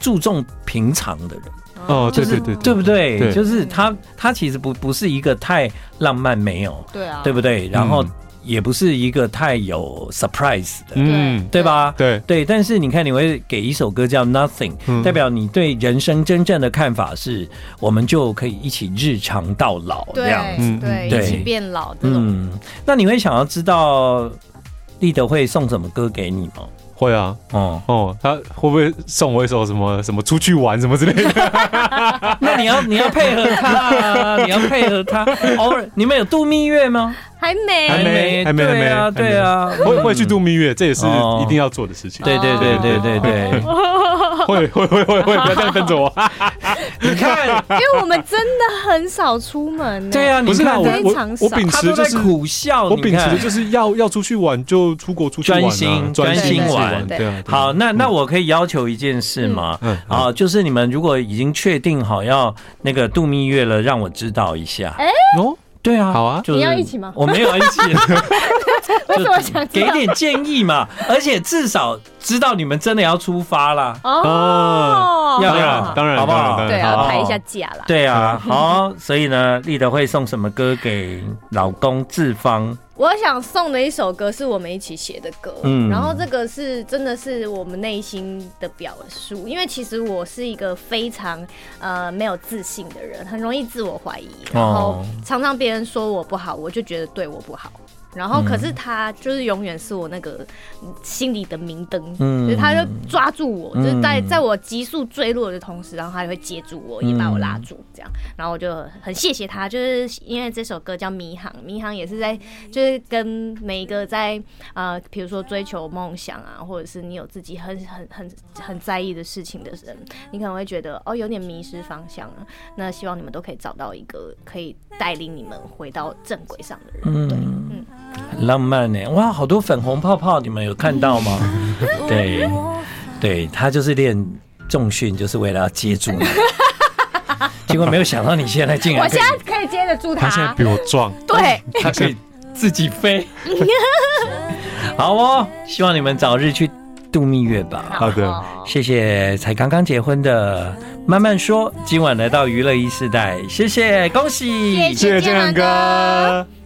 Speaker 1: 注重平常的人，
Speaker 3: 哦，
Speaker 1: 就
Speaker 3: 对
Speaker 1: 是
Speaker 3: 对对
Speaker 1: 对不对？
Speaker 3: 对
Speaker 1: 就是他，他其实不不是一个太浪漫没有，
Speaker 2: 对啊，
Speaker 1: 对不对？然后
Speaker 3: 嗯
Speaker 1: 也不是一个太有 surprise 的，
Speaker 3: 嗯，
Speaker 1: 对吧？
Speaker 3: 对，
Speaker 1: 对，但是你看，你会给一首歌叫《Nothing》，
Speaker 3: 嗯
Speaker 1: 代表你对人生真正的看法是，我们就可以一起日常到老这样。
Speaker 3: 嗯
Speaker 2: 对对，
Speaker 1: 对
Speaker 2: 一起变老这种，
Speaker 1: 嗯，那你会想要知道立德会送什么歌给你吗？
Speaker 3: 会啊，
Speaker 1: 哦，
Speaker 3: 哦，他会不会送我一首什么什么出去玩什么之类的？
Speaker 1: 那你要你要配合他、啊，你要配合他。偶尔你们有度蜜月吗？
Speaker 2: 还没，
Speaker 3: 还没还没
Speaker 1: 对啊，
Speaker 3: 还没
Speaker 1: 对啊，
Speaker 3: 会会去度蜜月，这也是
Speaker 1: 哦
Speaker 3: 一定要做的事情。
Speaker 1: 对对对对对对，
Speaker 3: 会会会会会，不要这样瞪着我。
Speaker 1: 你看，
Speaker 2: 因为我们真的很少出门，
Speaker 1: 对，啊，
Speaker 3: 不是啦，
Speaker 1: 你
Speaker 3: 我
Speaker 1: 看
Speaker 2: 非
Speaker 3: 我
Speaker 2: 常少
Speaker 3: 我秉
Speaker 1: 他
Speaker 3: 持
Speaker 1: 都
Speaker 3: 就
Speaker 1: 在
Speaker 3: 是
Speaker 1: 苦笑，
Speaker 3: 我
Speaker 1: 你
Speaker 3: 秉持
Speaker 1: 看
Speaker 3: 的就是要要出去玩就出国出去玩啊，
Speaker 1: 专心
Speaker 2: 专心
Speaker 1: 玩
Speaker 3: 对啊。对啊
Speaker 1: 好，那那我可以要求一件事吗？
Speaker 3: 嗯
Speaker 1: 啊，就是你们如果已经确定好要那个度蜜月了，让我知道一下。
Speaker 3: 哦，
Speaker 1: 对啊，
Speaker 3: 好啊
Speaker 1: 就是
Speaker 5: 你要一起吗
Speaker 1: 我没有要一
Speaker 5: [laughs]
Speaker 1: 起，
Speaker 5: 为什么想知
Speaker 1: 给
Speaker 5: 道？
Speaker 1: 点建议嘛。而且至少知道你们真的要出发啦。
Speaker 2: 哦，
Speaker 1: 要
Speaker 3: 当
Speaker 1: 不要
Speaker 3: 然当然
Speaker 1: 啊好不好
Speaker 3: 当然
Speaker 2: 对
Speaker 3: 当然
Speaker 2: 啊，
Speaker 1: 好
Speaker 2: 排一下假啦，
Speaker 1: 对啊，好，所以呢，立德会送什么歌给老公志芳？
Speaker 2: 我想送的一首歌是我们一起写的歌，
Speaker 1: 嗯
Speaker 2: 然后这个是真的是我们内心的表述，因为其实我是一个非常呃没有自信的人，很容易自我怀疑，然后常常别人说我不好，我就觉得对我不好。然后，可是他就是永远是我那个心里的明灯，
Speaker 1: 嗯
Speaker 2: 就是他就抓住我，
Speaker 1: 嗯
Speaker 2: 就是在在我急速坠落的同时，然后他也会接住我，也把我拉
Speaker 1: 嗯
Speaker 2: 住，这样。然后我就很谢谢他，就是因为这首歌叫《迷航》，迷航也是在就是跟每一个在呃，比如说追求梦想啊，或者是你有自己很很很很在意的事情的人，你可能会觉得哦有点迷失方向了。那希望你们都可以找到一个可以带领你们回到正轨上的人。
Speaker 1: 嗯，很浪漫呢、哇，好多粉红泡泡，你们有看到吗？对，对他就是练重训，就是为了要接住你。结果没有想到你现在竟
Speaker 5: 我
Speaker 1: 然可
Speaker 5: 现
Speaker 1: 以，
Speaker 5: 在可以接得住
Speaker 3: 他现在
Speaker 1: [laughs]
Speaker 5: 他，
Speaker 3: 比我壮，
Speaker 5: 对，
Speaker 1: 他可以自己飞。好哦，希望你们早日去度蜜月吧。
Speaker 3: 好的
Speaker 2: 哦
Speaker 1: 谢谢才刚刚结婚的慢慢说，今晚来到娱乐一世代，谢谢，恭喜，
Speaker 2: 谢谢
Speaker 3: 谢谢建恒哥。